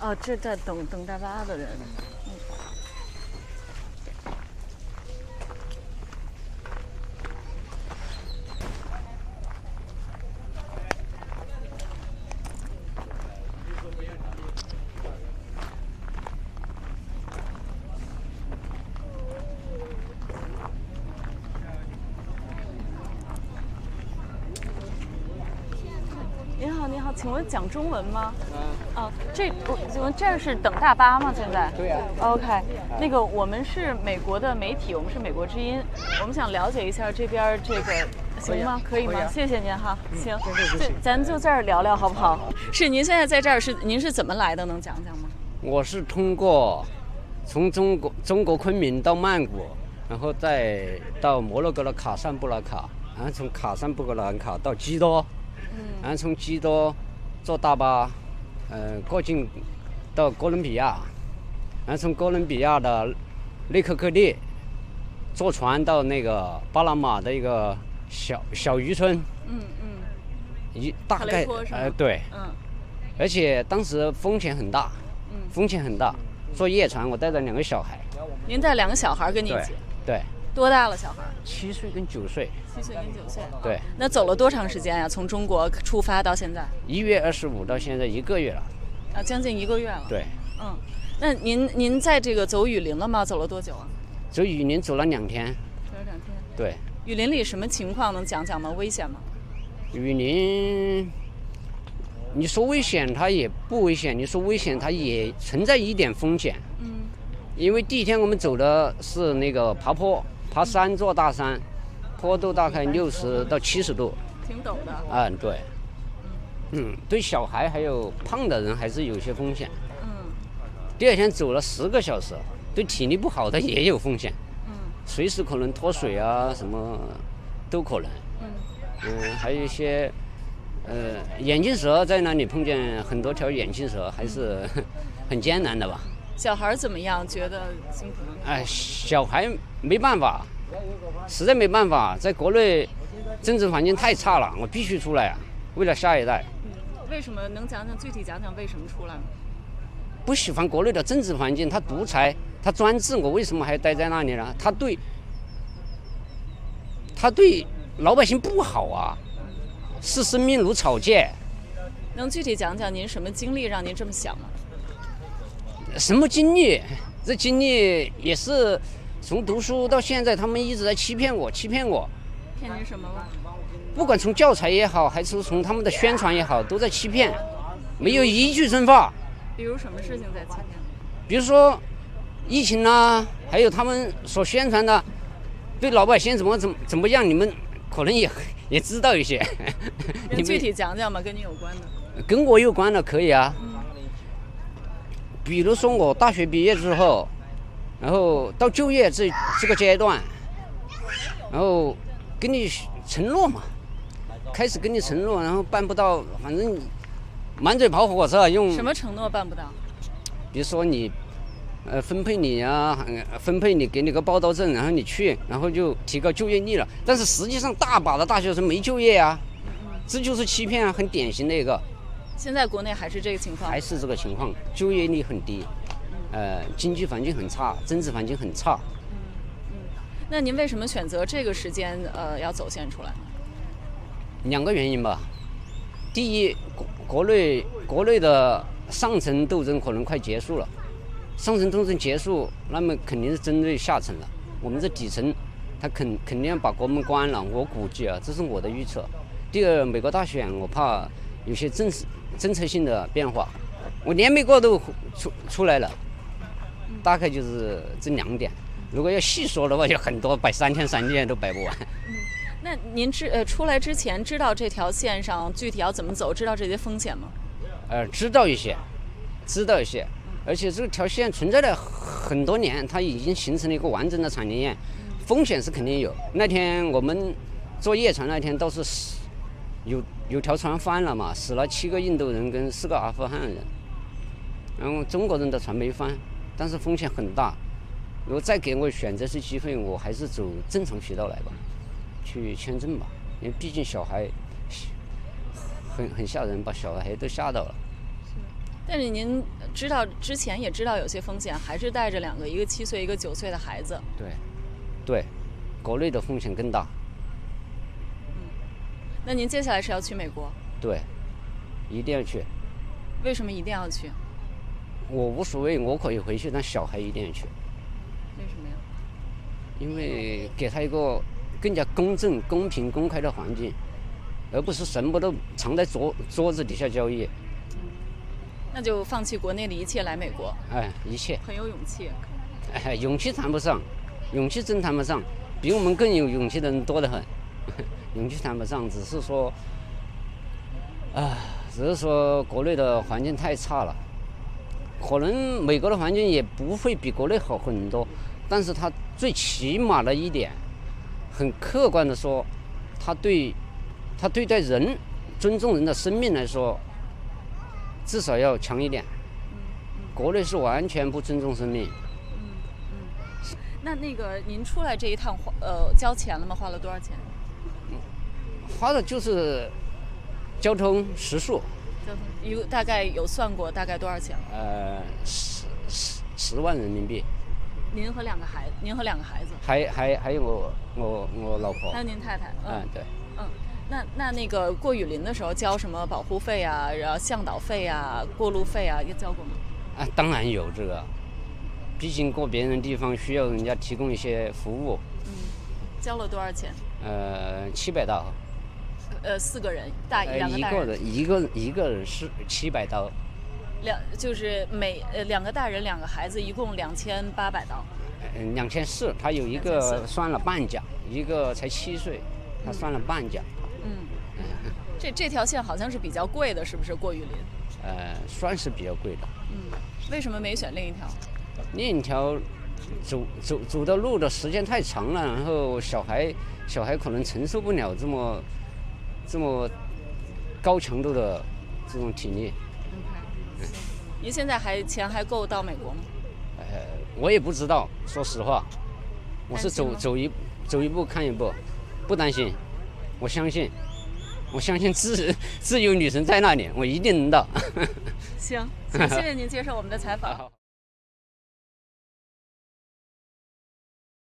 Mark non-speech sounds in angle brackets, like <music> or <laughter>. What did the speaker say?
哦，这在等等大巴的人。嗯您好，您好，请问讲中文吗？啊，这不，我们这是等大巴吗？现在？对啊呀 OK，那个我们是美国的媒体，我们是美国之音，我们想了解一下这边这个。行吗？可以可以吗？啊谢谢您哈。行，这就这行咱就在这儿聊聊好不好？是您现在在这儿是您是怎么来的？能讲讲吗？我是通过从中国中国昆明到曼谷，然后再到摩洛哥的卡萨布拉卡，然后从卡萨布拉卡到基多，嗯然后从基多坐大巴，呃，过境到哥伦比亚，然后从哥伦比亚的内克克利坐船到那个巴拿马的一个小小渔村，嗯嗯一大卡雷概托是吗呃对，嗯而且当时风险很大，嗯。风险很大。坐夜船，我带着两个小孩，您带两个小孩跟你一对起，对，多大了？小孩？七岁跟九岁，七岁跟九岁。对，那走了多长时间呀、从中国出发到现在？一月二十五到现在一个月了，啊，将近一个月了。。对，嗯，那您您在这个走雨林了吗？走了多久啊？走雨林走了两天，走了两天。对，雨林里什么情况能讲讲吗？危险吗？雨林，你说危险它也不危险，你说危险它也存在一点风险，嗯因为第一天我们走的是那个爬坡，爬三座大山，坡度大概六十到七十度，挺陡的。嗯，对，嗯，对小孩还有胖的人还是有些风险。嗯第二天走了十个小时，对体力不好的也有风险，嗯随时可能脱水啊，什么都可能。嗯嗯，还有一些，呃，眼镜蛇在那里碰见很多条眼镜蛇，还是嗯 <laughs> 很艰难的吧？小孩儿怎么样？觉得辛苦吗？哎，小孩没办法，实在没办法，在国内政治环境太差了，我必须出来啊，为了下一代。为什么能讲讲具体讲讲为什么出来吗？不喜欢国内的政治环境，他独裁，他专制，我为什么还待在那里呢？他对，他对老百姓不好啊，视生命如草芥。能具体讲讲您什么经历让您这么想吗？什么经历？这经历也是从读书到现在，他们一直在欺骗我，欺骗我。骗您什么了？不管从教材也好，还是从他们的宣传也好，都在欺骗，没有一句真话。比如什么事情在欺骗？比如说疫情啦、还有他们所宣传的对老百姓怎么怎么怎么样，你们可能也也知道一些。 <laughs> 能你们具体讲讲吗？跟您有关的。跟我有关的可以啊。比如说我大学毕业之后，然后到就业这这个阶段，然后跟你承诺嘛，开始跟你承诺，然后办不到，反正满嘴跑火车，啊用什么承诺办不到？比如说你，呃，分配你啊，呃分配你，给你个报到证，然后你去，然后就提高就业率了。但是实际上，大把的大学生没就业啊，这就是欺骗啊，很典型的一个，现在国内还是这个情况还。是这个情况，就业率很低，呃，经济环境很差，政治环境很差。那您为什么选择这个时间呃要走线出来呢？两个原因吧。第一，国国内国内的上层斗争可能快结束了，上层斗争结束，那么肯定是针对下层了。我们这底层，他肯肯定要把国门关了。我估计啊，这是我的预测。第二，美国大选，我怕有些政政策性的变化。我连没过都出出来了，大概就是这两点。如果要细说的话，就很多，摆三天三夜都摆不完。那您知呃出来之前知道这条线上具体要怎么走，知道这些风险吗？呃，知道一些，知道一些，而且这条线存在了很多年，它已经形成了一个完整的产业链，风险是肯定有。那天我们坐夜船那天倒是死有有条船翻了嘛，死了七个印度人跟四个阿富汗人，然后中国人的船没翻，但是风险很大。如果再给我选择次机会，我还是走正常渠道来吧，去签证吧，因为毕竟小孩很很吓人，把小孩都吓到了。但是您呃知道之前也知道有些风险，还是带着两个一个七岁一个九岁的孩子。对，对，国内的风险更大。那您接下来是要去美国？对，一定要去。为什么一定要去？我无所谓，我可以回去，但小孩一定要去，为什么呀？因为给他一个更加公正、公平、公开的环境，而不是什么都藏在桌桌子底下交易。那就放弃国内的一切来美国，哎，一切，很有勇气。哎，勇气谈不上，勇气真谈不上，比我们更有勇气的人多得很。 <laughs> 勇气谈不上，只是说，啊，只是说国内的环境太差了。可能美国的环境也不会比国内好很多，但是它最起码的一点，很客观的说，它对，它对待人，尊重人的生命来说，至少要强一点。国内是完全不尊重生命，那那个您出来这一趟花呃交钱了吗？花了多少钱？花的就是交通食宿，交通一个大概有算过大概多少钱了？呃，十十十万人民币，您和两个孩，您和两个孩子，还还还有我我我老婆还，有您太太。嗯嗯，对，嗯。那那那个过雨林的时候交什么保护费啊，然后向导费啊，过路费啊，也交过吗？啊，当然有这个，毕竟过别人地方需要人家提供一些服务，交了多少钱？呃，七百刀，呃，四个人，大呃，两个一大个人，人一个一个人是七百刀，两就是每呃两个大人两个孩子，一共两千八百刀。嗯，两千四，他有一个2400算了半价，一个才七岁，他算了半价，嗯，这这条线好像是比较贵的，是不是？过雨林，呃，算是比较贵的。为什么没选另一条？另一条走走走的路的时间太长了，然后小孩小孩可能承受不了这么这么高强度的这种体力。您现在还钱还够到美国吗？我也不知道，说实话，我是担心走吗走一走一步看一步，不担心，我相信，我相信自自由女神在那里，我一定能到。 <laughs> <laughs> 行，行谢谢您接受我们的采访。好